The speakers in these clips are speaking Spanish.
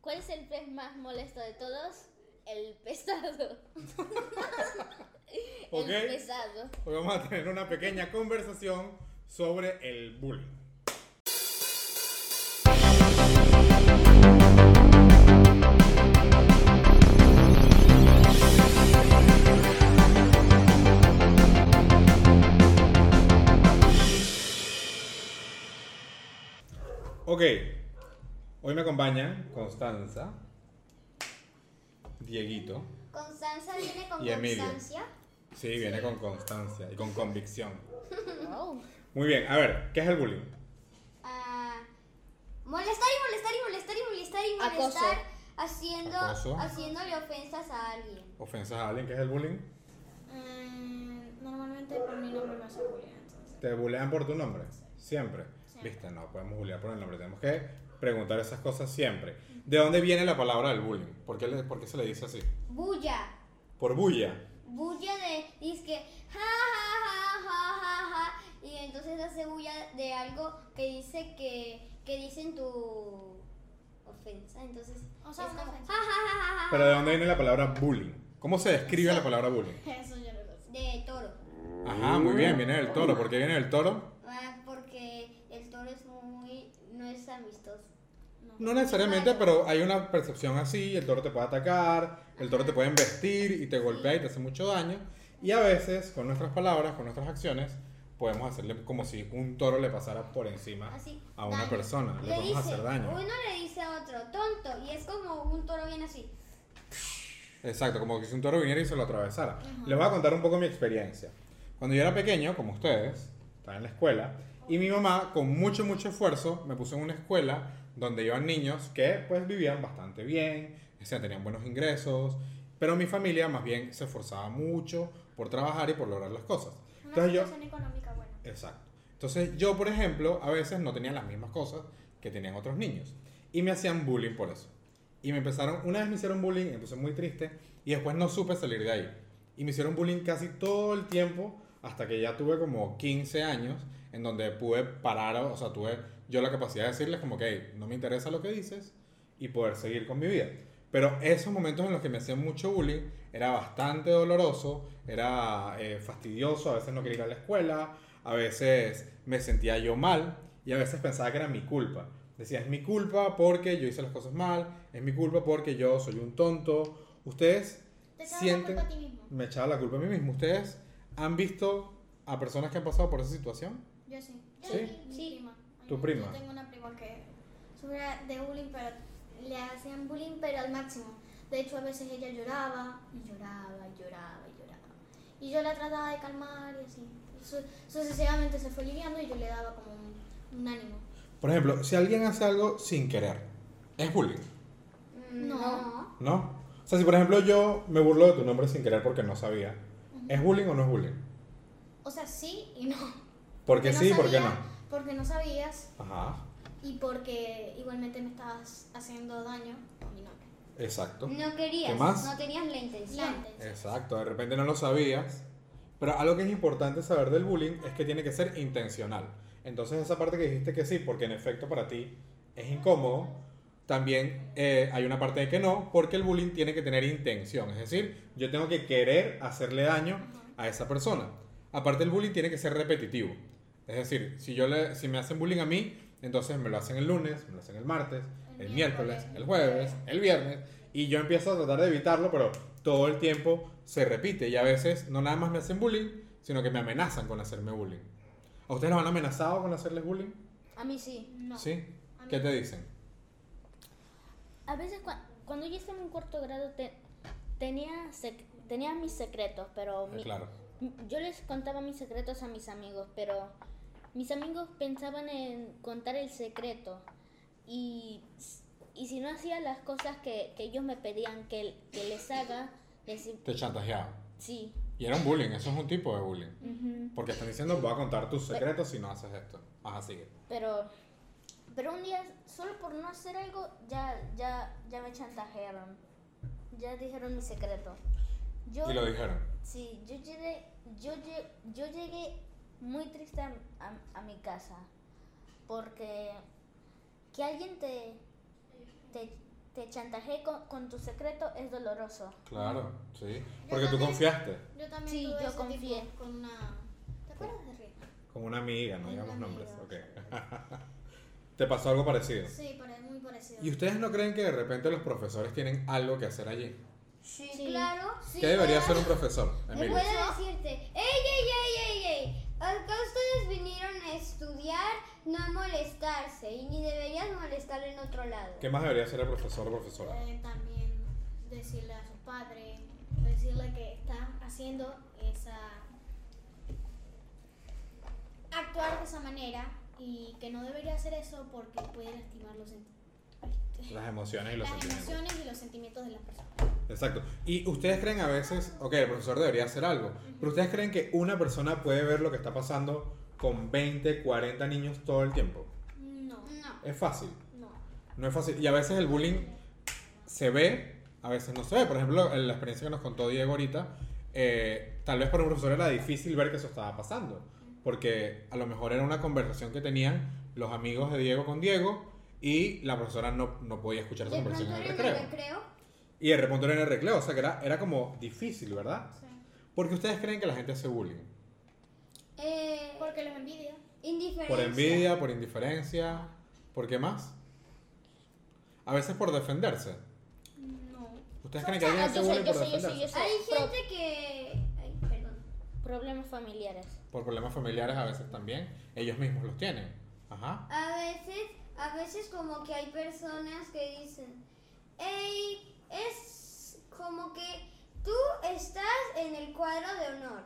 ¿Cuál es el pez más molesto de todos? El pesado. Ok. El pesado. Hoy vamos a tener una pequeña conversación sobre el bullying. Ok, hoy me acompañan Constanza, Dieguito, Constanza viene con Y Emilio. constancia. sí, viene con constancia y con convicción. Wow. Muy bien, a ver, ¿qué es el bullying? Ah, molestar y molestar y molestar y molestar y Acoso. molestar haciendo Acoso. haciéndole ofensas a alguien. ¿Ofensas a alguien? ¿Qué es el bullying? Mm, normalmente por mi nombre me hace bullying, entonces. Te bulean por tu nombre, siempre. Viste, no podemos bulear por el nombre, tenemos que preguntar esas cosas siempre. ¿De dónde viene la palabra del bullying? ¿Por qué, le- por qué se le dice así? Bulla. Por bulla. Bulla de dice ja ja ja ja ja ja y entonces hace bulla de algo que dice que que dicen tu ofensa, entonces O sea, es una como, ofensa. ja, ja, ja, ja, ja, Pero ¿de dónde viene la palabra bullying? ¿Cómo se describe la palabra bullying? Eso yo no lo sé. de toro. Ajá, muy bien, viene del toro. ¿Por qué viene del toro? Ah, porque el toro es muy no es amistoso. No necesariamente, pero hay una percepción así, el toro te puede atacar, el toro te puede embestir y te golpea y te hace mucho daño. Y a veces, con nuestras palabras, con nuestras acciones, podemos hacerle como si un toro le pasara por encima Así, a una Ah, daño. persona, le Le dice, podemos hacer daño. Uno le dice a otro, tonto, y es como un toro bien así. Exacto, como que si un toro viniera y se lo atravesara. Les voy a contar un poco mi experiencia. Cuando yo era pequeño, como ustedes, estaba en la escuela, y mi mamá, con mucho, mucho esfuerzo, me puso en una escuela donde iban niños que pues vivían bastante bien, o sea, tenían buenos ingresos, pero mi familia más bien se esforzaba mucho por trabajar y por lograr las cosas. Una Entonces yo, situación económica buena. Exacto. Entonces yo, por ejemplo, a veces no tenía las mismas cosas que tenían otros niños. Y me hacían bullying por eso. Y me empezaron, una vez me hicieron bullying, me puse muy triste. Y después no supe salir de ahí. Y me hicieron bullying casi todo el tiempo hasta que ya tuve como 15 años en donde pude parar, o sea, tuve yo la capacidad de decirles como que "Hey, no me interesa lo que dices y poder seguir con mi vida. Pero esos momentos en los que me hacían mucho bullying era bastante doloroso, era eh, fastidioso, a veces no quería ir a la escuela, a veces me sentía yo mal y a veces pensaba que era mi culpa. Decía, es mi culpa porque yo hice las cosas mal, es mi culpa porque yo soy un tonto. Ustedes Te echabas la sienten... culpa a ti mismo. Me echaba la culpa a mí mismo. ¿Ustedes han visto a personas que han pasado por esa situación? Yo sí. Yo ¿Sí? mi- mi Sí. prima. Ay, ¿Tu yo prima? tengo una prima que sufría de bullying, pero le hacían bullying, pero al máximo. De hecho, a veces ella lloraba, y lloraba, y lloraba, y lloraba. Y yo la trataba de calmar y así. Su- sucesivamente se fue aliviando y yo le daba como un, un ánimo. Por ejemplo, si alguien hace algo sin querer, es bullying, Mm, No. ¿no? O sea, si por ejemplo yo me burlo de tu nombre sin querer porque no sabía, ¿es bullying o no es bullying? O sea, sí y no. Porque no sí, porque no. sabía- Porque no sabías. Ajá, Y porque igualmente me estabas haciendo daño con mi nombre. exacto. No querías, ¿Qué más? no tenías la La intención. intención. Exacto, de repente no lo sabías. Pero algo que es importante saber del bullying es que tiene que ser intencional. Entonces esa parte que dijiste que sí, porque en efecto para ti es incómodo, también eh, hay una parte de que no, porque el bullying tiene que tener intención. Es decir, yo tengo que querer hacerle daño a esa persona. Aparte el bullying tiene que ser repetitivo. Es decir, si, yo le, si me hacen bullying a mí, entonces me lo hacen el lunes, me lo hacen el martes, el, El miércoles, miércoles, el jueves, el viernes, y yo empiezo a tratar de evitarlo, pero todo el tiempo se repite y a veces no nada más me hacen bullying, sino que me amenazan con hacerme bullying. ¿A ustedes los han amenazado con hacerles bullying? A mí sí. No. ¿Sí? A mí ¿Qué no. te dicen? A veces cua- cuando yo estaba en cuarto grado te- tenía, sec- tenía mis secretos, pero Ah, mi- claro. yo les contaba mis secretos a mis amigos, pero mis amigos pensaban en contar el secreto. Y, y si no hacía las cosas que, que ellos me pedían que, que les haga, les... Te chantajeaban. Sí. Y era un bullying, eso es un tipo de bullying. Ujú. Porque están diciendo, voy a contar tus secretos si no haces esto. Ajá, sigue. Pero, pero un día, solo por no hacer algo, ya, ya, ya me chantajearon. Ya dijeron mi secreto. Yo, Y lo dijeron. sí, yo llegué, yo, lle- yo llegué muy triste a, a- a mi casa. Porque que alguien te, te, te chantajeé con, con tu secreto es doloroso. Claro, sí. Yo Porque tú también- confiaste. Yo también Sí, tuve yo ese confié. tipo con una... ¿Te acuerdas de Rita? Con una amiga, no Con digamos una nombres. amiga. Ok. ¿Te pasó algo parecido? Sí, pero es muy parecido. ¿Y ustedes no creen que de repente los profesores tienen algo que hacer allí? Sí, Sí. claro. ¿Qué debería hacer un profesor, Él Emilio? puede decirte, ¡Ey, ey, ey, ey, ey! Acá ustedes vinieron a estudiar, no a molestarse, y ni deberías molestar en otro lado. ¿Qué más debería hacer el profesor o profesora? Pueden Eh, también decirle a sus padres, decirle que están haciendo esa... Actuar de esa manera y que no debería hacer eso porque puede lastimar los sent- Las emociones y los las sentimientos. emociones y los sentimientos de las personas. Exacto. Y ustedes creen a veces, ok, el profesor debería hacer algo, pero ustedes creen que una persona puede ver lo que está pasando con 20, 40 niños todo el tiempo. No, No. Es fácil, no. no es fácil. Y a veces el bullying se ve, a veces no se ve. Por ejemplo, en la experiencia que nos contó Diego ahorita, eh, tal vez para un profesor era difícil ver que eso estaba pasando, porque a lo mejor era una conversación que tenían los amigos de Diego con Diego y la profesora no, no podía escuchar esa De pronto conversación en el en recreo. el recreo, Y de repente era en el recreo, o sea que era, era como difícil, ¿verdad? Sí. Porque ustedes creen que la gente hace bullying. eh, Porque los envidia. indiferencia. Por envidia, por indiferencia, ¿por qué más? A veces por defenderse. No. ¿Ustedes creen que Ah, alguien hace yo sé, bullying yo por sé, yo sé, yo defenderse? sé. Hay Pro- gente que... Ay, perdón. problemas familiares. Por problemas familiares a veces también. Ellos mismos los tienen. Ajá. A veces, a veces como que hay personas que dicen, hey, es como que tú estás en el cuadro de honor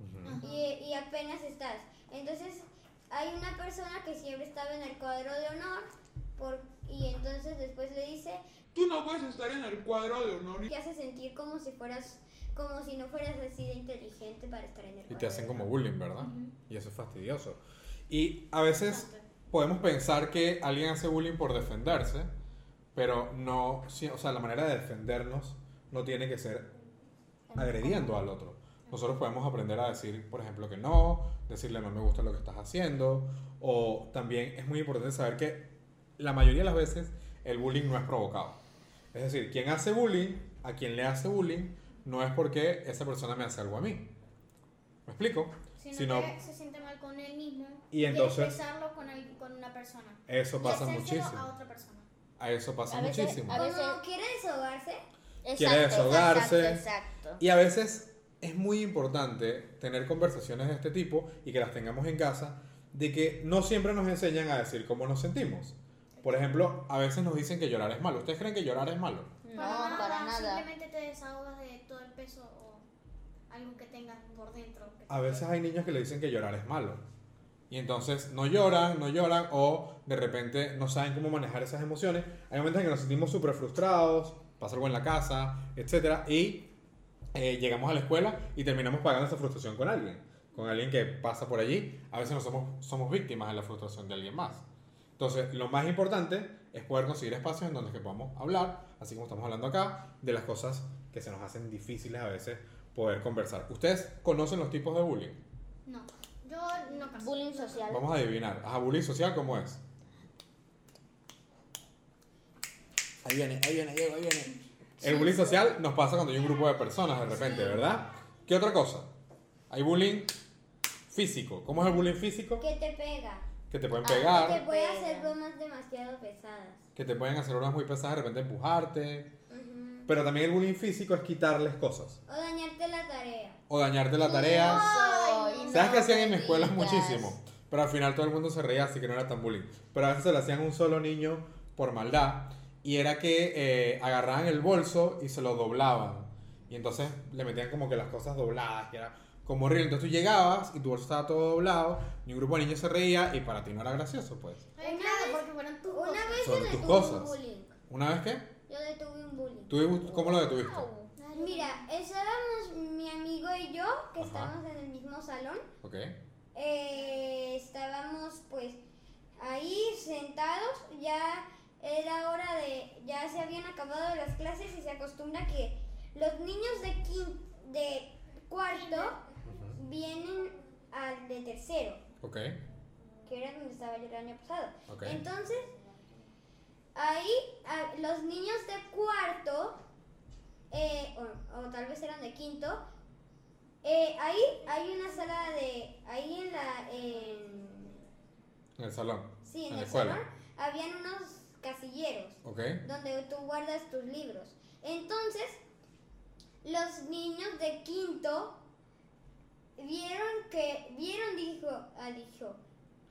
Ujú. Ah. Ajá. y, y apenas estás. Entonces hay una persona que siempre estaba en el cuadro de honor por- y entonces después le dice, Tú no puedes estar en el cuadro de honor. te hace sentir como si fueras, como si no fueras así de inteligente para estar en el Y cuadro. te hacen de como honor. bullying, ¿verdad? Ujú. Y eso es fastidioso. Y a veces Bastante. podemos pensar que alguien hace bullying por defenderse, pero no, sí, o sea, la manera de defendernos no tiene que ser agrediendo al otro. Nosotros podemos aprender a decir, por ejemplo, que no, decirle no me gusta lo que estás haciendo, o también es muy importante saber que la mayoría de las veces el bullying no es provocado. Es decir, quien hace bullying, a quien le hace bullying, no es porque esa persona me hace algo a mí. ¿Me explico? Si no, Si no- que se siente mal con él mismo Y entonces- expresarlo con, alguien- con una persona. Eso Y pasa hacérselo muchísimo. a otra persona. A eso pasa A veces- muchísimo. a veces- Como quiere desahogarse, Exacto, desahogarse. Exacto, exacto. Y a veces es muy importante tener conversaciones de este tipo y que las tengamos en casa, de que no siempre nos enseñan a decir cómo nos sentimos. Por ejemplo, a veces nos dicen que llorar es malo. ¿Ustedes creen que llorar es malo? No, para nada. Simplemente te desahogas de todo el peso o algo que tengas por dentro. que te- A veces hay niños que le dicen que llorar es malo. Y entonces no lloran, no lloran o de repente no saben cómo manejar esas emociones. Hay momentos en que nos sentimos súper frustrados, pasa algo en la casa, etc. Y eh, llegamos a la escuela y terminamos pagando esa frustración con alguien. Con alguien que pasa por allí. A veces no somos, somos víctimas de la frustración de alguien más. Entonces, lo más importante es poder conseguir espacios en donde que podamos hablar, así como estamos hablando acá, de las cosas que se nos hacen difíciles a veces poder conversar. ¿Ustedes conocen los tipos de bullying? No, yo no casi. Bullying social. Vamos a adivinar. Ajá, bullying social, ¿cómo es? Ahí viene, ahí viene, Diego, ahí viene. El bullying social nos pasa cuando hay un grupo de personas de repente, ¿verdad? ¿Qué otra cosa? Hay bullying físico. ¿Cómo es el bullying físico? que te pega. Que te pueden Ah, Te pegar, puede hacer bromas demasiado pesadas. que te pueden hacer unas muy pesadas, de repente empujarte. Ujú. Pero también el bullying físico es quitarles cosas O dañarte la tarea. o dañarte la tarea. Ay, ¿Sabes no qué hacían en mi me escuela digas. muchísimo? Pero al final todo el mundo se reía, así que no era tan bullying. Pero a veces se lo hacían a un solo niño por maldad. Y era que eh, agarraban el bolso y se lo doblaban. Y entonces le metían como que las cosas dobladas, que era como horrible. Entonces tú llegabas y tu bolso estaba todo doblado, y un grupo de niños se reía, y para ti no era gracioso, pues. Ay, Una claro, vez- porque fueron tus Una cosas. vez Son yo tus detuve cosas. un bullying. ¿Una vez qué? Yo detuve un bullying. ¿Tú, ¿Cómo lo detuviste? Mira, estábamos mi amigo y yo, que Ajá. estábamos en el mismo salón. Ok. eh, estábamos pues ahí sentados. Ya era hora de. Ya se habían acabado las clases y se acostumbra que los niños de, quin- de cuarto Ujú. vienen al de tercero, Ok. que era donde estaba yo el año pasado. Ok. Entonces, ahí a- los niños de cuarto, eh, o, o tal vez eran de quinto, eh, ahí hay una sala de, ahí en la, en, En el salón. sí, en la el escuela. salón, habían unos casilleros Ok. donde tú guardas tus libros. Entonces, los niños de quinto vieron que, vieron, dijo, ah, dijo,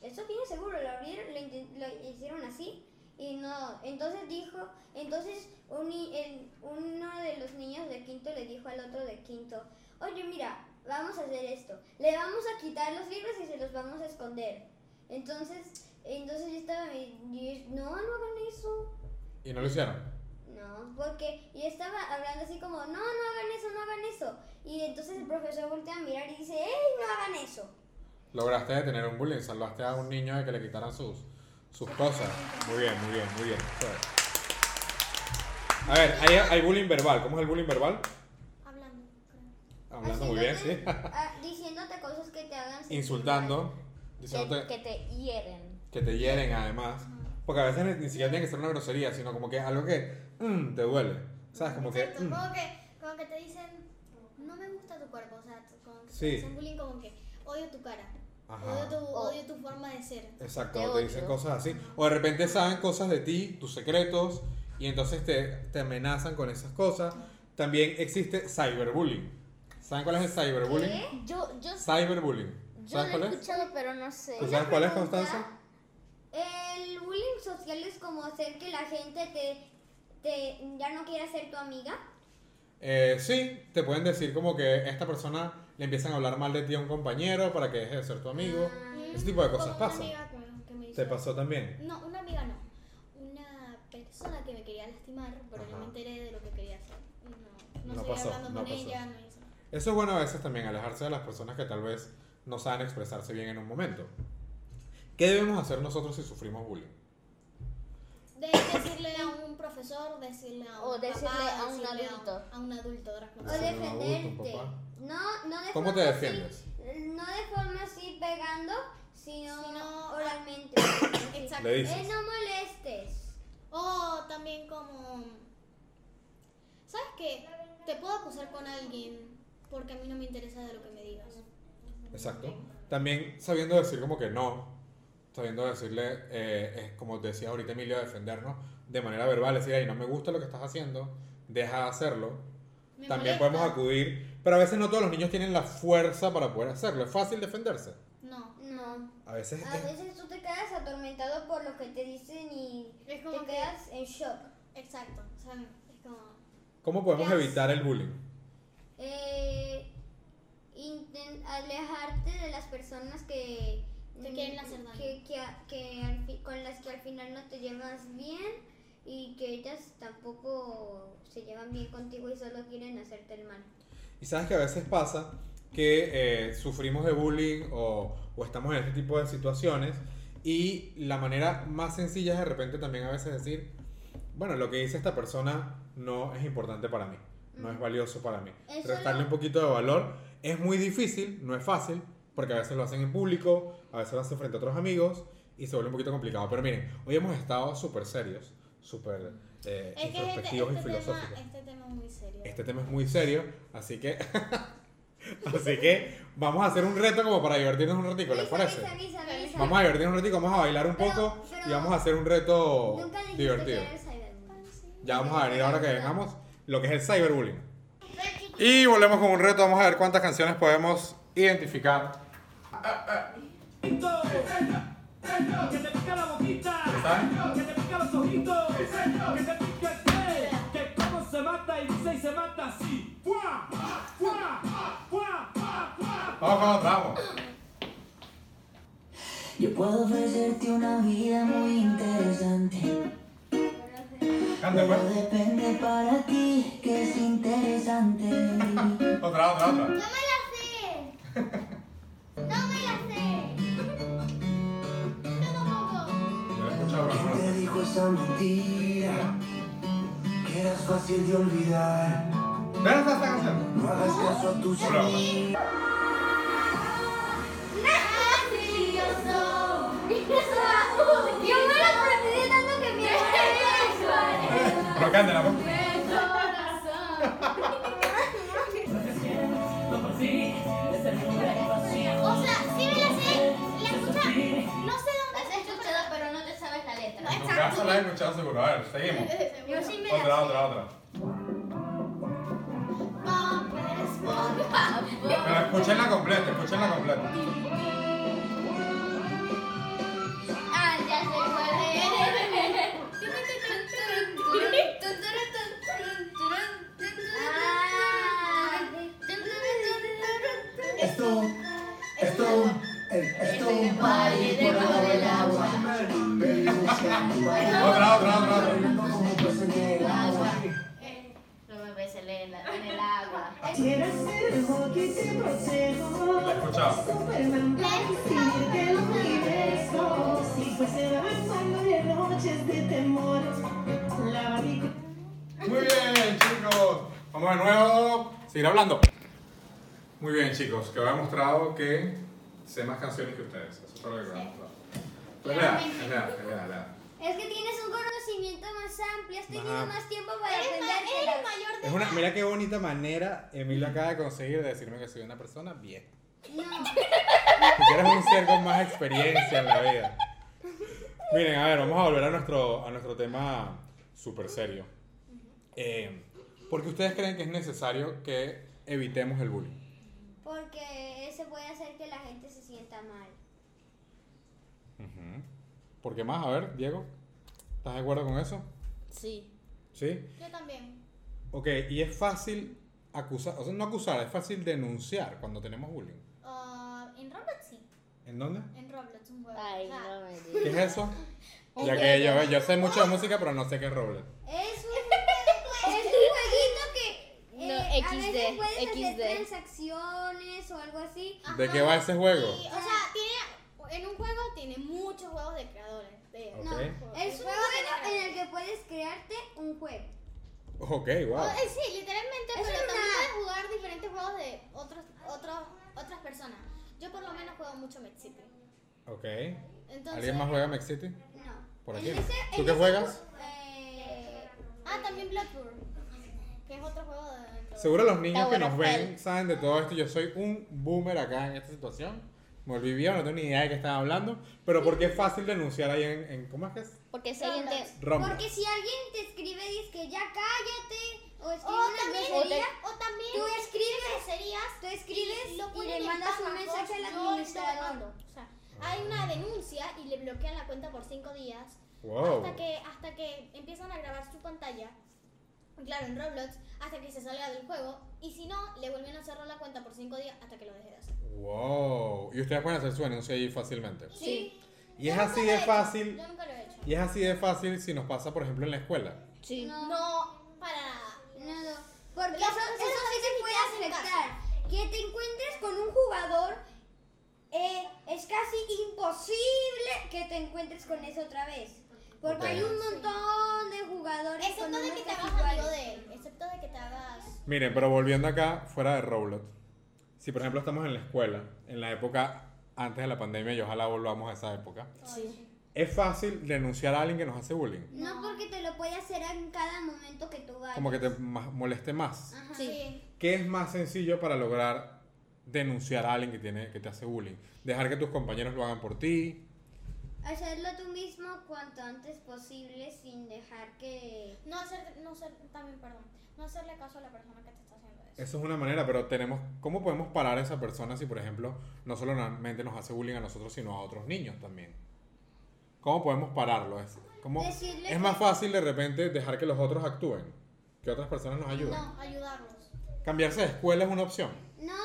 eso viene seguro, lo abrieron, lo, inten- lo hicieron así y no, entonces dijo, entonces un ni- el- uno de los niños de quinto le dijo al otro de quinto, oye mira, vamos a hacer esto, le vamos a quitar los libros y se los vamos a esconder. Entonces, entonces yo estaba, y- y- no, no hagan eso. Y no lo hicieron. No, porque yo estaba hablando así como, no, no hagan eso, no hagan eso. Y entonces el profesor voltea a mirar y dice, ¡Ey, no hagan eso! Lograste detener un bullying, salvaste a un niño de que le quitaran sus, sus cosas. Muy bien, muy bien, muy bien. A ver, hay, hay bullying verbal. ¿Cómo es el bullying verbal? Hablando. creo. Hablando muy bien, sí. Haciéndote- ah, diciéndote cosas que te hagan sentir mal. Insultando, Que, diciéndote que te hieren. que te hieren además. Porque a veces ni, ni siquiera tiene que ser una grosería, sino como que algo que mm, te duele. ¿Sabes? Como que. Exacto, mm. como que, como que te dicen, no me gusta tu cuerpo, o sea, t- como que Sí. te dicen bullying como que odio tu cara, Ajá. odio tu, O- odio tu forma de ser. Exacto, Te te, odio. dicen cosas así. O de repente saben cosas de ti, tus secretos, y entonces te, te amenazan con esas cosas. También existe cyberbullying. ¿Saben cuál es el cyberbullying? ¿Eh? Yo, yo, Cyberbullying. yo ¿Sabes lo he cuál es? escuchado, pero no sé. ¿Tú sabes cuál es, pregunta. Constanza? El bullying social es como hacer que la gente te, te ya no quiera ser tu amiga. Eh, sí, te pueden decir como que esta persona le empiezan a hablar mal de ti a un compañero para que deje de ser tu amigo. Ah, Ese tipo de cosas Como una pasan. amiga que- que me ¿Te hizo- pasó también? No, una amiga no. Una persona que me quería lastimar, pero yo Ajá. me enteré de lo que quería hacer. Y No, No no, seguí pasó, hablando no con pasó. ella, no hice. Eso es bueno a veces también, alejarse de las personas que tal vez no saben expresarse bien en un momento. ¿Qué debemos hacer nosotros si sufrimos bullying? De decirle a un profesor, decirle a un O decirle papá, a un decirle a adulto. A un adulto, otras O Ser cosas. un adulto, defenderte. papá. No, no de ¿Cómo te forma así- defiendes? no de forma así pegando, sino, Sino- oralmente. Exacto. Le dices. Eh, no molestes. O también como... ¿Sabes qué? Te puedo acusar con alguien porque a mí no me interesa de lo que me digas. Exacto. También sabiendo decir como que no, sabiendo decirle, eh, es como decía ahorita Emilio, defendernos de manera verbal, decir, ay, no me gusta lo que estás haciendo, deja de hacerlo. Me También molesta. podemos acudir, pero a veces no todos los niños tienen la fuerza para poder hacerlo, es fácil defenderse. No. No. A veces A es- veces tú te quedas atormentado por lo que te dicen y Es como te que- quedas en shock. Exacto. O sea, es como... ¿Cómo podemos ¿Qué haces? evitar el bullying? Eh, inten- alejarte de las personas que Te quieren hacer daño. Que, que a- que al fi- con las que al final no te llevas bien y que ellas tampoco se llevan bien contigo y solo quieren hacerte el mal. Y sabes que a veces pasa que eh, sufrimos de bullying o, o estamos en este tipo de situaciones y la manera más sencilla es de repente también a veces decir, bueno, lo que dice esta persona no es importante para mí, no es valioso para mí. Eso Restarle lo- un poquito de valor es muy difícil, no es fácil, porque a veces lo hacen en público, a veces lo hacen frente a otros amigos y se vuelve un poquito complicado. Pero miren, hoy hemos estado súper serios, súper eh, Es que este, introspectivos este y filosóficos. tema, este tema es muy serio. Este tema es muy serio, así que. así que vamos a hacer un reto como para divertirnos un ratico, ¿les Avisa, parece? avisa, avisa, avisa. Vamos a divertirnos un ratico, vamos a bailar un Pero- poco y pero- vamos a hacer un reto Nunca dijiste divertido. que eres cyberpunk. Ya vamos a venir ahora que vengamos lo que es el cyberbullying. Y volvemos con un reto, vamos a ver cuántas canciones podemos identificar. ojitos. Que te pica la boquita. ¿Está? Que te pica los ojitos. Que te pica el pie. Que cómo se mata y dice y se mata así. ¡Fua! ¡Fua! ¡Fua! ¡Fua! ¡Fua! Vamos, vamos, vamos. Yo puedo ofrecerte una vida muy interesante, Canta, pero pues. depende para ti que es interesante. Otra, otra, otra. ¡No me la sé! ¡No me la sé! ¡No tampoco! Ya la he escuchado, pero no la te sé. dijo esa mentira? Que eras fácil de olvidar. ¿Ves esta canción? No hagas caso a tus Bravo. ¡Yo me la aprendí tanto que mi abuela... pues, cántala, pues. O sea, sí me la sé, la escucha, no sé dónde Las he escuchado, pero no te sabes la letra. En tu casa la has escuchado seguro. A ver, seguimos. Yo sí me Otra, la sé. otra, otra. Pero escúchenla completa, escúchenla completa. Ah, ya sé cuál es. Ah. Esto, esto, el- esto un valle debajo del agua. Venimos en un valle. Otra, otra, otra, otra. Bailando como pez en el agua. No me ves en el en el agua. Quieres ser el hockey, te protejo. La he escuchado. Superman para que el universo. Si fuese la manzana de noches de temor, la barriga. Muy bien, chicos. Vamos de nuevo. Seguir hablando. Muy bien, chicos. Que os he mostrado que sé más canciones que ustedes. Eso es todo lo que os he mostrado. Pues lea, lea, lea, lea. Es que tienes un conocimiento más amplio, has tenido Ajá. más tiempo para aprender. Es una, mira qué bonita manera Emilio acaba de conseguir de decirme que soy una persona bien. Tú que eres un ser con más experiencia en la vida. Miren, a ver, vamos a volver a nuestro, a nuestro tema súper serio. Eh, ¿Por qué ustedes creen que es necesario que evitemos el bullying? Porque eso puede hacer que la gente se sienta mal. Ujú. ¿Por qué más? A ver, Diego, ¿estás de acuerdo con eso? Sí. Sí. Yo también. Ok, y es fácil acusar, o sea, no acusar, es fácil denunciar cuando tenemos bullying. Ah, en Roblox sí, ¿En dónde? en Roblox un juego. Ay, o sea, no me ¿Qué es digas. eso? Ya que yo, yo sé mucho de música, pero no sé qué es Roblox. Es un, es un jueguito que No, eh, a XD, veces puedes XD. hacer transacciones o algo así. ¿De qué va ese juego? Y, o sea, tiene, en un juego tiene muchos juegos de creadores. De, Ok. no, juegos. Es un Juegos de juego en creadores. el que puedes crearte un juego. Ok, wow. Oh, eh, sí, literalmente, Es pero una- también puedes jugar diferentes juegos de otros, otros, otras personas. Yo por lo menos juego mucho Mexite. Ok. Entonces, ¿Alguien más juega Max City? No. Por En aquí. ese- ¿Tú en qué ese juegas? ju- eh, Ah, también Bloodborne, que es otro juego de... Seguro los niños que Tower nos of ven Hell. saben de todo esto. Yo soy un boomer acá en esta situación. Me olvidé, no tengo ni idea de qué están hablando. Pero porque es fácil denunciar ahí en, en- ¿cómo es que es? Porque si alguien te. Rombo. Porque si alguien te escribe dice que ya cállate o escribe O una también, grosería, o también tú escribes, groserías tú escribes y y, lo ponen le en mandas un párrafos, mensaje al yo lo administrador. mando. O sea, hay una denuncia y le bloquean la cuenta por cinco días Wow. hasta que hasta que empiezan a grabar su pantalla. Claro, en Roblox, hasta que se salga del juego y si no, le vuelven a cerrar la cuenta por cinco días hasta que lo deje de hacer. Wow. Y ustedes pueden hacer su denuncia ahí fácilmente. Sí. Y Yo es nunca así lo he de hecho, fácil. Yo nunca lo he hecho. Y es así de fácil si nos pasa, por ejemplo, en la escuela. Sí. No. No, para nada. No, no. Porque Las eso, cosas eso a sí veces te ni puede te hacen afectar. Que te encuentres con un jugador eh, es casi imposible que te encuentres con eso otra vez. Porque Ok. hay un montón de jugadores. con Excepto de que te números hagas iguales. amigo de él. Excepto de que te hagas. Miren, pero volviendo acá, fuera de Roblox, si por ejemplo estamos en la escuela, en la época antes de la pandemia, y ojalá volvamos a esa época, es fácil denunciar a alguien que nos hace bullying, No porque te lo puede hacer en cada momento que tú vayas. como que te ma- moleste más. Ah. Ajá. Sí. ¿Qué es más sencillo para lograr denunciar a alguien que, tiene, que te hace bullying? Dejar que tus compañeros lo hagan por ti. Hacerlo tú mismo cuanto antes posible sin dejar que... No hacer, no hacer, también, perdón. No hacerle caso a la persona que te está haciendo eso. Eso es una manera, pero tenemos, ¿cómo podemos parar a esa persona si, por ejemplo, no solamente nos hace bullying a nosotros, sino a otros niños también? ¿Cómo podemos pararlo? Es, ¿cómo- Decirle es más fácil de repente dejar que los otros actúen, que otras personas nos ayuden. No, ayudarlos. Cambiarse de escuela es una opción. No,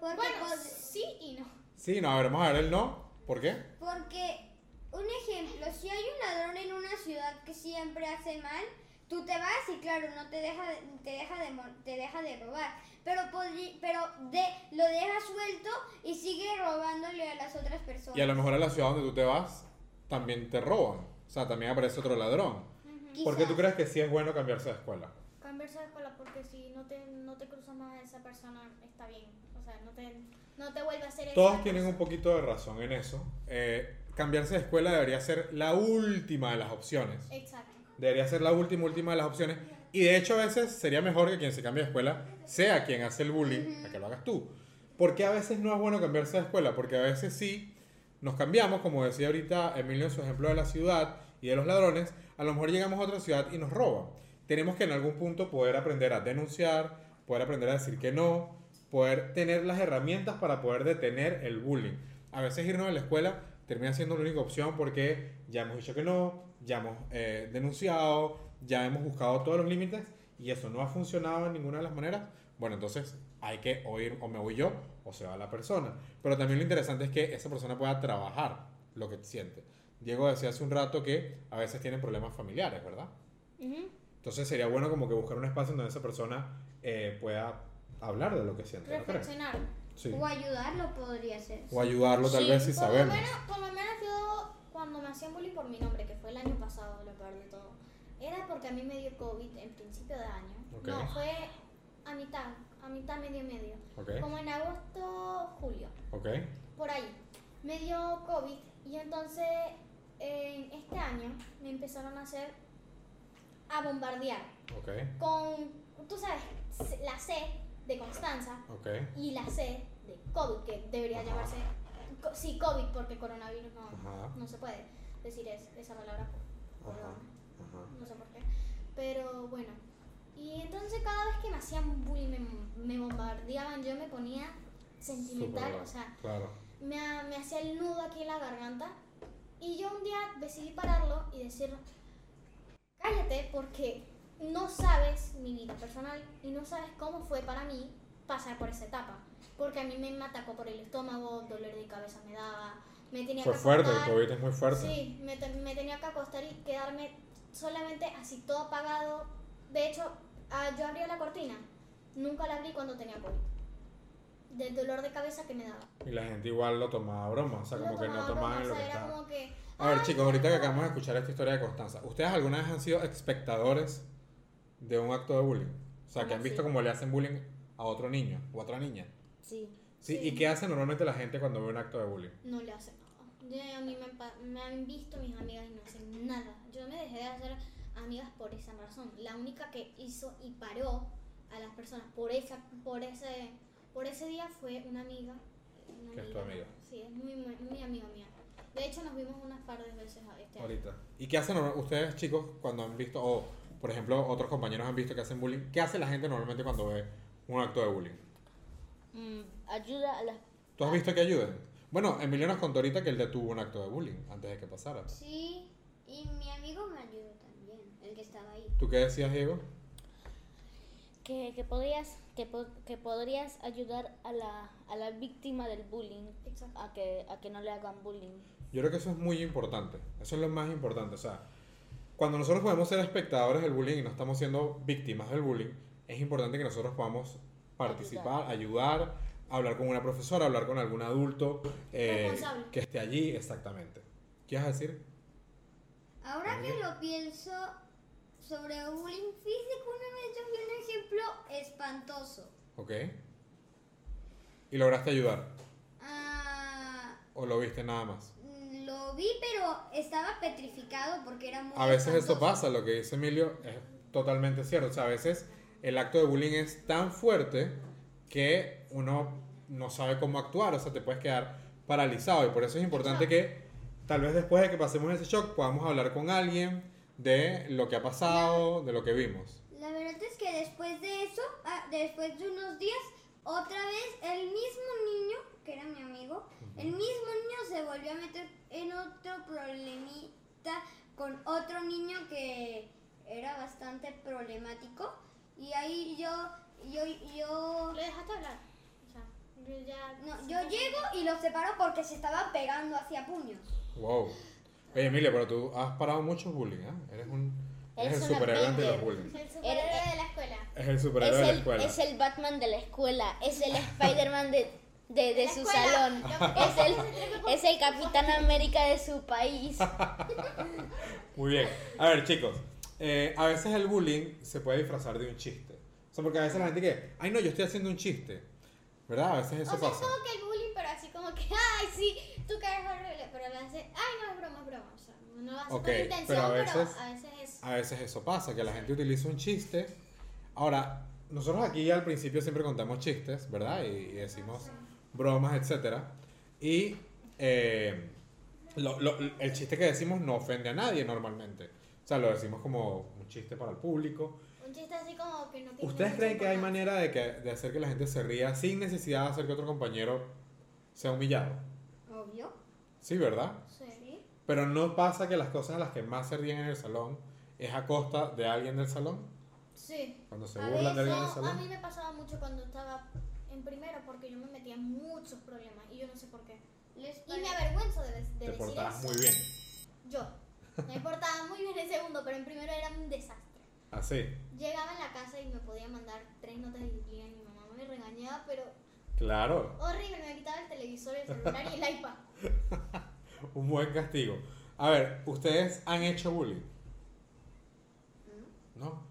porque... Bueno, pod- sí y no. Sí, no, a ver, vamos a ver el no. ¿Por qué? Porque, un ejemplo, si hay un ladrón en una ciudad que siempre hace mal, tú te vas y claro, no te deja, te deja, de, mo- te deja de robar, pero, podri- pero de, lo deja suelto y sigue robándole a las otras personas. Y a lo mejor a la ciudad donde tú te vas también te roban. O sea, también aparece otro ladrón. ¿Por qué Quizás. tú crees que sí es bueno cambiarse de escuela? Cambiarse de escuela porque si no te, no te cruzas más a esa persona, está bien. O sea, no te, no te vuelve a hacer eso. Todos tienen un poquito de razón en eso. Eh, cambiarse de escuela debería ser la última de las opciones. Exacto. debería ser la última, última de las opciones. Y de hecho, a veces sería mejor que quien se cambie de escuela sea quien hace el bullying, a que lo hagas tú. Porque a veces no es bueno cambiarse de escuela, porque a veces sí nos cambiamos, como decía ahorita Emilio en su ejemplo de la ciudad y de los ladrones, a lo mejor llegamos a otra ciudad y nos roban. Tenemos que en algún punto poder aprender a denunciar, poder aprender a decir que no, poder tener las herramientas para poder detener el bullying. A veces irnos a la escuela termina siendo la única opción porque ya hemos dicho que no, ya hemos eh, denunciado, ya hemos buscado todos los límites y eso no ha funcionado de ninguna de las maneras. Bueno, entonces hay que oír o me voy yo o se va la persona. Pero también lo interesante es que esa persona pueda trabajar lo que siente. Diego decía hace un rato que a veces tienen problemas familiares, ¿verdad? Ujú. Entonces sería bueno como que buscar un espacio en donde esa persona eh, pueda hablar de lo que siente. ¿no crees? reflexionar. Sí. O ayudarlo podría ser. O ayudarlo tal Sí, vez si Por lo, sabemos. menos, por lo menos yo, cuando me hacían bullying por mi nombre, que fue el año pasado, lo peor de todo, era porque a mí me dio COVID en principio de año. Ok. No, fue a mitad, a mitad, medio, medio. Ok, Como en agosto, julio, ok, por ahí. Me dio COVID y entonces en este año me empezaron a hacer, a bombardear ok, con, tú sabes, la C de Constanza ok, y la C de COVID, que debería llamarse, co- sí, COVID, porque coronavirus no, Ajá. no se puede decir es- esa palabra, por- Ajá, perdón, no sé por qué, pero bueno. Y entonces cada vez que me hacían bullying, me, me bombardeaban, yo me ponía sentimental, Súper o sea, claro. me, ha- me hacía el nudo aquí en la garganta. Y yo un día decidí pararlo y decir, cállate porque no sabes mi vida personal y no sabes cómo fue para mí pasar por esa etapa. Porque a mí me atacó por el estómago, dolor de cabeza me daba, me tenía Fue que fuerte, el acostar. COVID es muy fuerte. Sí, me, te- me tenía que acostar y quedarme solamente así todo apagado. De hecho, ah, yo abría la cortina. Nunca la abrí cuando tenía COVID. Del dolor de cabeza que me daba. Y la gente igual lo tomaba a broma, o sea, como Lo que no tomaba broma, tomaban o lo sea, que era estaba. como que, A ver, "Ay, chicos, ahorita que no". acabamos de escuchar esta historia de Constanza, ¿ustedes alguna vez han sido espectadores de un acto de bullying? O sea, que ¿Cómo han visto así? cómo le hacen bullying a otro niño o a otra niña. Sí. ¿Sí? ¿Y qué hace normalmente la gente cuando ve un acto de bullying? No le hacen nada. Yo- a mí me, han pa- me han visto mis amigas y no hacen nada. Yo me dejé de hacer amigas por esa razón. La única que hizo y paró a las personas por esa, por ese, por ese día fue una amiga. una Que es tu amiga. Sí, es muy, muy, muy amiga mía. De hecho, nos vimos unas par de veces a- este año. Ahorita. ¿Y qué hacen norma- ustedes, chicos, cuando han visto, o por ejemplo, otros compañeros han visto que hacen bullying? ¿Qué hace la gente normalmente cuando ve un acto de bullying? Mm, ayuda a las... ¿Tú has visto que ayuden? Bueno, Emilio nos contó ahorita que él detuvo un acto de bullying antes de que pasara. Sí, y mi amigo me ayudó también, el que estaba ahí. ¿Tú qué decías, Diego? Que, que, podrías, que, po- que podrías ayudar a la, a la víctima del bullying Exacto. a que, a que no le hagan bullying. Yo creo que eso es muy importante. Eso es lo más importante. O sea, cuando nosotros podemos ser espectadores del bullying y no estamos siendo víctimas del bullying, es importante que nosotros podamos participar, ayudar, hablar con una profesora, hablar con algún adulto eh, Responsable. que esté allí, exactamente. ¿Qué vas a decir? Ahora que lo pienso sobre bullying físico, una vez yo vi un ejemplo espantoso. ¿Ok? ¿Y lograste ayudar? Ah, ¿O lo viste nada más? mm, lo vi, pero estaba petrificado porque era muy. A veces espantoso. eso pasa, lo que dice Emilio es totalmente cierto. O sea, a veces el acto de bullying es tan fuerte que uno no sabe cómo actuar, o sea, te puedes quedar paralizado. Y por eso es importante que tal vez después de que pasemos ese shock podamos hablar con alguien de lo que ha pasado, de lo que vimos. La verdad es que después de eso, ah, después de unos días, otra vez el mismo niño, que era mi amigo, el mismo niño se volvió a meter en otro problemita con otro niño que era bastante problemático. Y ahí yo, yo, yo, ¿Le dejaste hablar? O sea, yo ya... no, yo llego y lo separo porque se estaba pegando hacia puños. Wow. Oye, Emilio, pero tú has parado muchos bullying, ¿eh? Eres un... Eres Eres el una superhéroe ante los Avenger. bullying. El superhéroe de la escuela. Es el Es superhéroe de la el, escuela. es el Batman de la escuela, es el Spider-Man de, de, de la su escuela. salón, es el, es el Capitán América de su país. Muy bien. A ver, chicos. eh, a veces el bullying se puede disfrazar de un chiste. O sea, porque a veces la gente que, ay no, yo estoy haciendo un chiste. ¿Verdad? A veces eso O sea, es pasa. como que el bullying, pero así como que, ay, sí, tú que eres horrible, pero le hace, ay, no es broma, es broma. O sea, no lo hace Ok, con pero intención, pero a a veces- veces, es. a veces eso pasa, que la gente utiliza un chiste. Ahora, nosotros aquí al principio siempre contamos chistes, ¿verdad? Y, y decimos bromas, etcétera. Y eh, lo- lo- el chiste que decimos no ofende a nadie normalmente. O sea, lo decimos como un chiste para el público. Un chiste así como que no tiene. ¿Ustedes mucha creen que hay importancia. manera de, que, de hacer que la gente se ría sin necesidad de hacer que otro compañero sea humillado? Obvio. Sí, ¿verdad? Sí. Pero no pasa que las cosas a las que más se ríen en el salón es a costa de alguien del salón. Sí. Cuando se A burlan de No, alguien del a mí salón. me pasaba mucho cuando estaba en primero porque yo me metía en muchos problemas y yo no sé por qué. Les Y me pare- avergüenzo de, de Te decir portabas eso. muy bien. Yo. Me portaba muy bien en segundo, pero en primero era un desastre. Así. Llegaba en la casa y me podía mandar tres notas de día mi mamá me regañaba, pero Claro. horrible, me quitaba el televisor, el celular y el iPad. Un buen castigo. A ver, ¿ustedes han hecho bullying? Mm. No.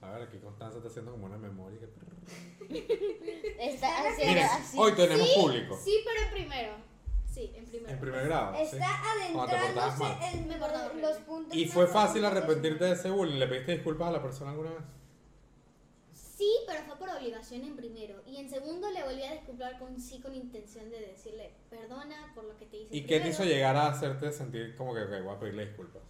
A ver, aquí Constanza está haciendo como una memoria. que- Está haciendo Miren, así. hoy tenemos público. Sí, pero en primero. Sí, en primero. En primer grado. Ah, sí. Está Cuando te portabas adentrándose mal. en Me portaba horrible. los puntos. Y fue más fácil básicos. arrepentirte de ese bullying. ¿Le pediste disculpas a la persona alguna vez? Sí, pero fue por obligación en primero. Y en segundo le volví a disculpar con sí, con intención de decirle perdona por lo que te hice. ¿Y qué te primero, hizo llegar a hacerte sentir como que "Ok, voy a pedirle disculpas?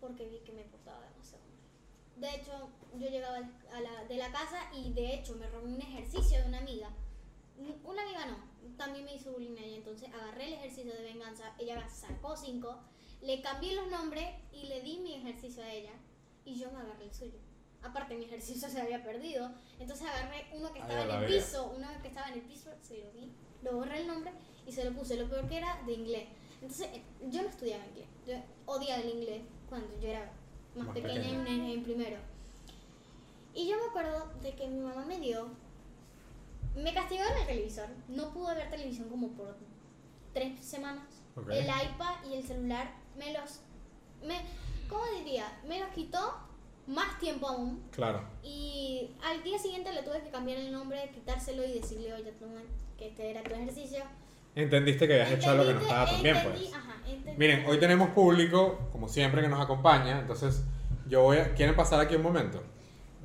Porque vi que me portaba demasiado mal. De hecho, yo llegaba a la, de la casa y de hecho me robé un ejercicio de una amiga. N- Una amiga no, también me hizo bullying ella. Entonces agarré el ejercicio de venganza, ella sacó cinco, le cambié los nombres y le di mi ejercicio a ella. Y yo me agarré el suyo. Aparte, mi ejercicio se había perdido. Entonces agarré uno que Ay, estaba en la el verga. piso, uno que estaba en el piso, se lo di, lo borré el nombre y se lo puse. Lo peor que era de inglés. Entonces, eh, yo no estudiaba inglés. Yo odiaba el inglés cuando yo era más, Más pequeña, en- En, en primero. Y yo me acuerdo de que mi mamá me dio. Me castigó en el televisor. No pude ver televisión como por tres semanas. Ok. El iPad y el celular me los. Me, ¿Cómo diría? Me los quitó más tiempo aún. Claro. Y al día siguiente le tuve que cambiar el nombre, quitárselo y decirle, oye, toma, que este era tu ejercicio. Entendiste que habías hecho algo que no estaba tan bien, Entendí- pues. ajá, entendí. Miren, hoy tenemos público, como siempre, que nos acompaña. Entonces, yo voy a... ¿Quieren pasar aquí un momento?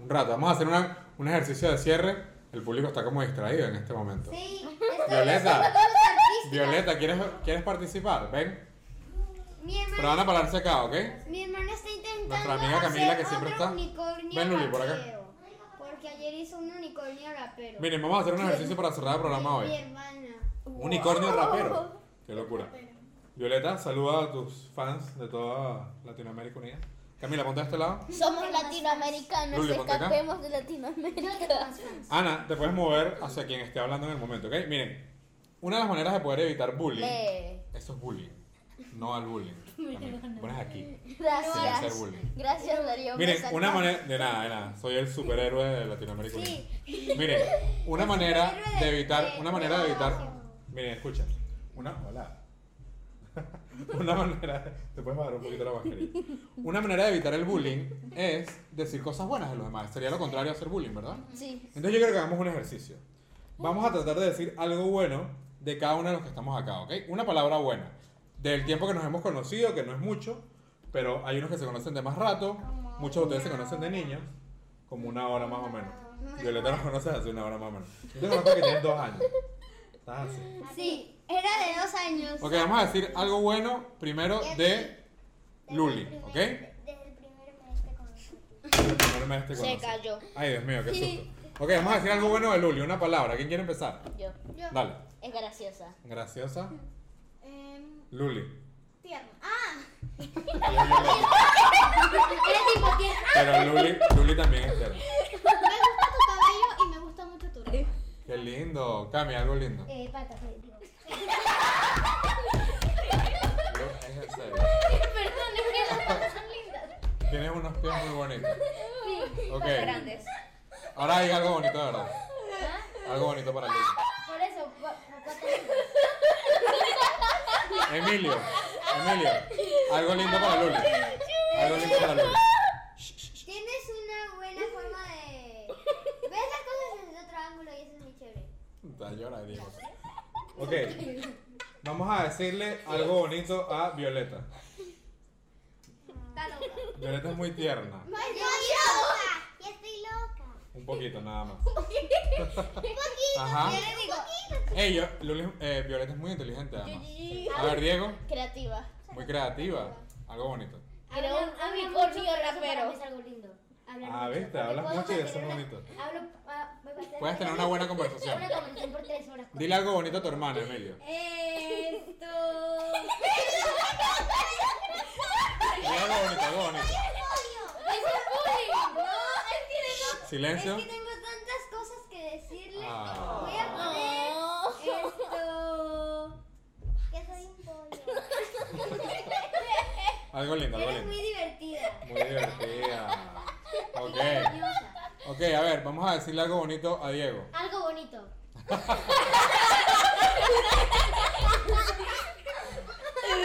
Un rato. Vamos a hacer una- un ejercicio de cierre. El público está como distraído en este momento. Sí, estoy Violeta. haciendo cosas artísticas. Violeta, ¿quieres, ¿quieres participar? Ven. Mi hermana, Pero van a pararse acá, ¿ok? mi hermana está intentando Nuestra amiga Camila, hacer que siempre otro está. unicornio Ven, Luli, por acá. rapero, Porque ayer hizo un unicornio rapero. Miren, vamos a hacer un ejercicio para cerrar el programa Mi hoy. hermana. Unicornio rapero. Qué locura. Violeta, saluda a tus fans de toda Latinoamérica Unida. Camila, ponte a este lado. Somos latinoamericanos, Luli, ponte acá. escapemos de Latinoamérica. Ana, te puedes mover hacia quien esté hablando en el momento, ¿ok? Miren, una de las maneras de poder evitar bullying. Lee. Eso es bullying. No al bullying. También. Pones aquí. sin hacer Gracias. bullying. Gracias, Darío. me Miren, salvaste. una manera. De nada, de nada. Soy el superhéroe de Latinoamérica. Sí. Unida. Miren, una manera superhéroe de de- evitar. de- Una manera de de- evitar. Miren, escucha. Una. Hola. una manera. Te puedes bajar un poquito la mascarilla. Una manera de evitar el bullying es decir cosas buenas de los demás. Sería lo contrario a hacer bullying, ¿verdad? Sí. Entonces yo creo que hagamos un ejercicio. Vamos a tratar de decir algo bueno de cada uno de los que estamos acá, ¿ok? Una palabra buena. Del tiempo que nos hemos conocido, que no es mucho, pero hay unos que se conocen de más rato, muchos de ustedes se conocen de niños, como una hora más o menos. Violeta nos conoce hace una hora más o menos. Yo conozco que tienes dos años. Estás así. Sí, era de dos años. Ok, vamos a decir algo bueno primero de Luli, ¿ok? Desde el este primer mes te conocí. Primero me este Se conoce. cayó. Ay, Dios mío, qué susto. Ok, vamos a decir algo bueno de Luli, una palabra. ¿Quién quiere empezar? Yo. Dale. Es graciosa. Graciosa. Em, Luli. tierna. Ah, Era tipo tierna. Pero Luli, Luli también es tierna. me gusta tu cabello y me gusta mucho tu ropa. Qué lindo. Cami, algo lindo. Eh, patas, eh, digo. Yo- Es en serio. Perdón, es que las cosas son lindas. Tienes unos pies muy bonitos. Sí, Ok. patas grandes. Ahora hay algo bonito, de verdad. ¿Ah? Algo bonito para Luli. Por eso, pa- pa- patas. Emilio. Emilio. Algo lindo para Luli. Algo lindo para Luli. Tienes una buena forma de. Ves las cosas desde otro ángulo y eso es muy chévere. Está llora, Diego. Ok. Vamos a decirle algo bonito a Violeta. Está loca. Violeta es muy tierna. loca! ¡Ya estoy loca! Un poquito nada más. ¡Un poquito! Ajá. yo le digo, Ey, yo- Luli- eh, Violeta es muy inteligente además. A ver, Diego, Creativa. muy creativa. Algo bonito. Creo Habla- un habla unicornio mucho, pero eso para rapero. mí Es algo lindo. Hablar Ah, mucho, viste, porque hablas puedo mucho y eso es mantener una- bonito. Hablo, ah, me parece- Puedes tener una buena conversación. Una conversación por tres horas. Dile algo bonito a tu hermana, Emilio. Esto. Dile algo bonito, algo bonito. No, es que tengo, Silencio. es que tengo tantas cosas que decirle. Ah. Voy a poner esto. que soy un pollo. Algo lindo, algo Eres muy lindo. divertida. Muy divertida. Ok. Cariñosa. Ok, a ver, vamos a decirle algo bonito a Diego. Algo bonito.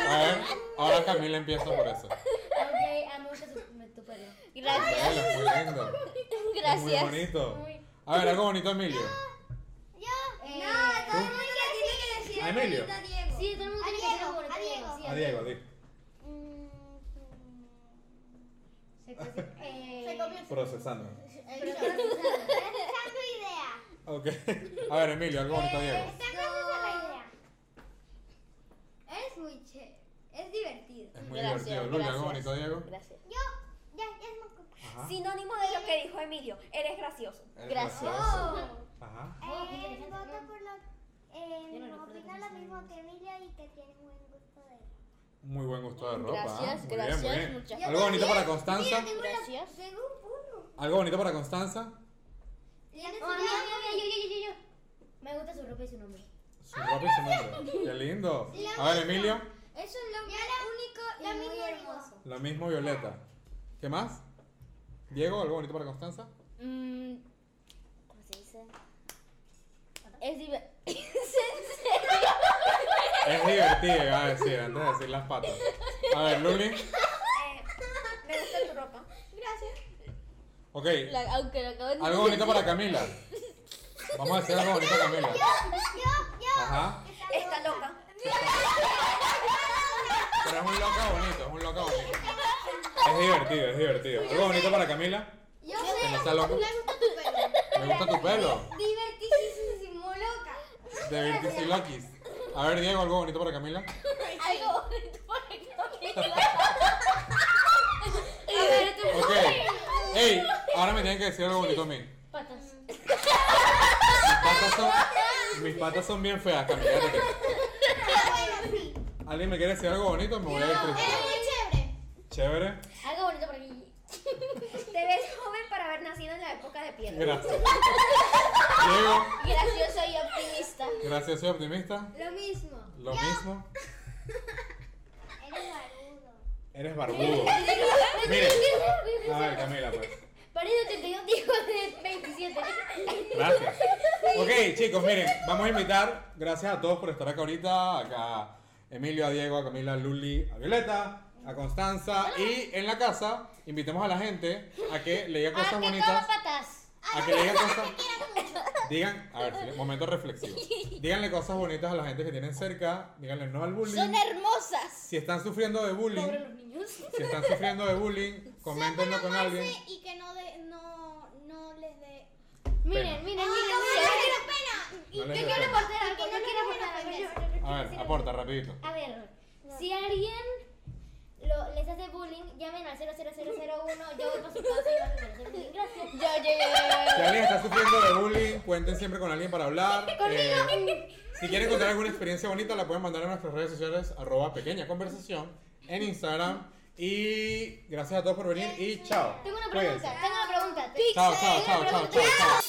A ver, ahora Camila empieza por eso. Ok, amo mucho tu, tu pelo. Gracias. Vela, muy lindo. Muy Gracias. bonito. A ver, algo bonito, Emilio. ¡Yo! no, todo el mundo le tiene que decir ¿A Emilio? bonito a Diego. Sí, todo el mundo A tiene que decir Diego, bonito a Diego. Mm, sí, A Diego, di. Se cosi- eh, Se comió. Procesando. pero procesado. Tengo idea. Ok. A ver, Emilio, algo bonito a Diego. Eres muy chévere. Es divertido. Es muy divertido. Luli, algo bonito a Diego. Gracias. Yo, ya, ya es más complicado. Ajá. Sinónimo de lo que dijo Emilio, eres gracioso. Es Gracias. gracioso. Ajá. Oh, qué Eh, interesante. voto por lo. Yo no Eh, recuerdo opino cómo lo se mismo llama. que Emilia y que tiene buen gusto de. Muy buen gusto de ropa. Gracias, ah. Muy gracias, bien, muy bien. muchas Algo bonito para Constanza. Mira, tengo una- Gracias. Tengo un puno. Algo bonito para Constanza. Yo, yo, Ah, enseñaba- yo, yo, yo, yo. Me gusta su ropa y su nombre. Su ropa y su nombre. Qué lindo. A ver, Emilio. Es un nombre único y muy hermoso. Lo mismo Violeta. ¿Qué más? Diego, algo bonito para Constanza. Mm, ¿Cómo se dice? Es diver- Es divertido, iba a decir, antes de decir las patas. A ver, Luli. Me gusta tu ropa. Ok. La- aunque lo acabo de Algo bonito para Camila. Vamos a decir algo bonito a Camila. Ajá. Está loca. Pero es un loca bonito, es un loca bonito. Es divertido, es divertido. Algo bonito para Camila. Yo Que no está loco. Me gusta tu pelo. divertidísimo loca. De Virtus Lokis. A ver, Diego, algo bonito para Camila. Algo bonito para Camila. Ok. Ey, ahora me tienen que decir algo bonito a mí. Patas. Mis patas son, mis patas son bien feas, Camila. ya te creo. ¿Alguien me quiere decir algo bonito? Me voy a ir triste. Chévere. Algo bonito para mí. Te ves joven para haber nacido en la época de piedra. Gracias. Diego, Gracioso y optimista. gracias, soy optimista. Lo mismo. Lo mismo. Eres barudo. Eres barbudo. Mire. A ver, Camila, pues. Parece 82 dijo de 27. Gracias. Ok, chicos, miren, vamos a invitar, gracias a todos por estar acá ahorita, acá a Emilio, a Diego, a Camila, a Luli, a Violeta, a Constanza y en la casa invitemos a la gente a que le diga Ah, cosas bonitas, patas. a que le diga cosas, digan, a ver, silen- momento reflexivo, díganle cosas bonitas a la gente que tienen cerca, díganle no al bullying, Son hermosas. si están sufriendo de bullying, si están sufriendo de bullying, coméntenlo con alguien. Y que no, de, no, no les dé. Miren, miren, miren. No les Yo dé quiero pena. aportar algo. Yo quiero aportar algo. A ver, aporta rapidito. A ver, si alguien lo, les hace bullying, llamen al 00001. Yo voy para su casa y no les voy a hacer bullying. Gracias. Yo, yo, yo, Si alguien está sufriendo de bullying, cuenten siempre con alguien para hablar. Eh, si quieren contar alguna experiencia bonita, la pueden mandar a nuestras redes sociales, arroba pequeña conversación, en Instagram. Y gracias a todos por venir y chao. Tengo una Cuídense. pregunta, tengo una pregunta. Chao, chao, chao, chao, chao, chao.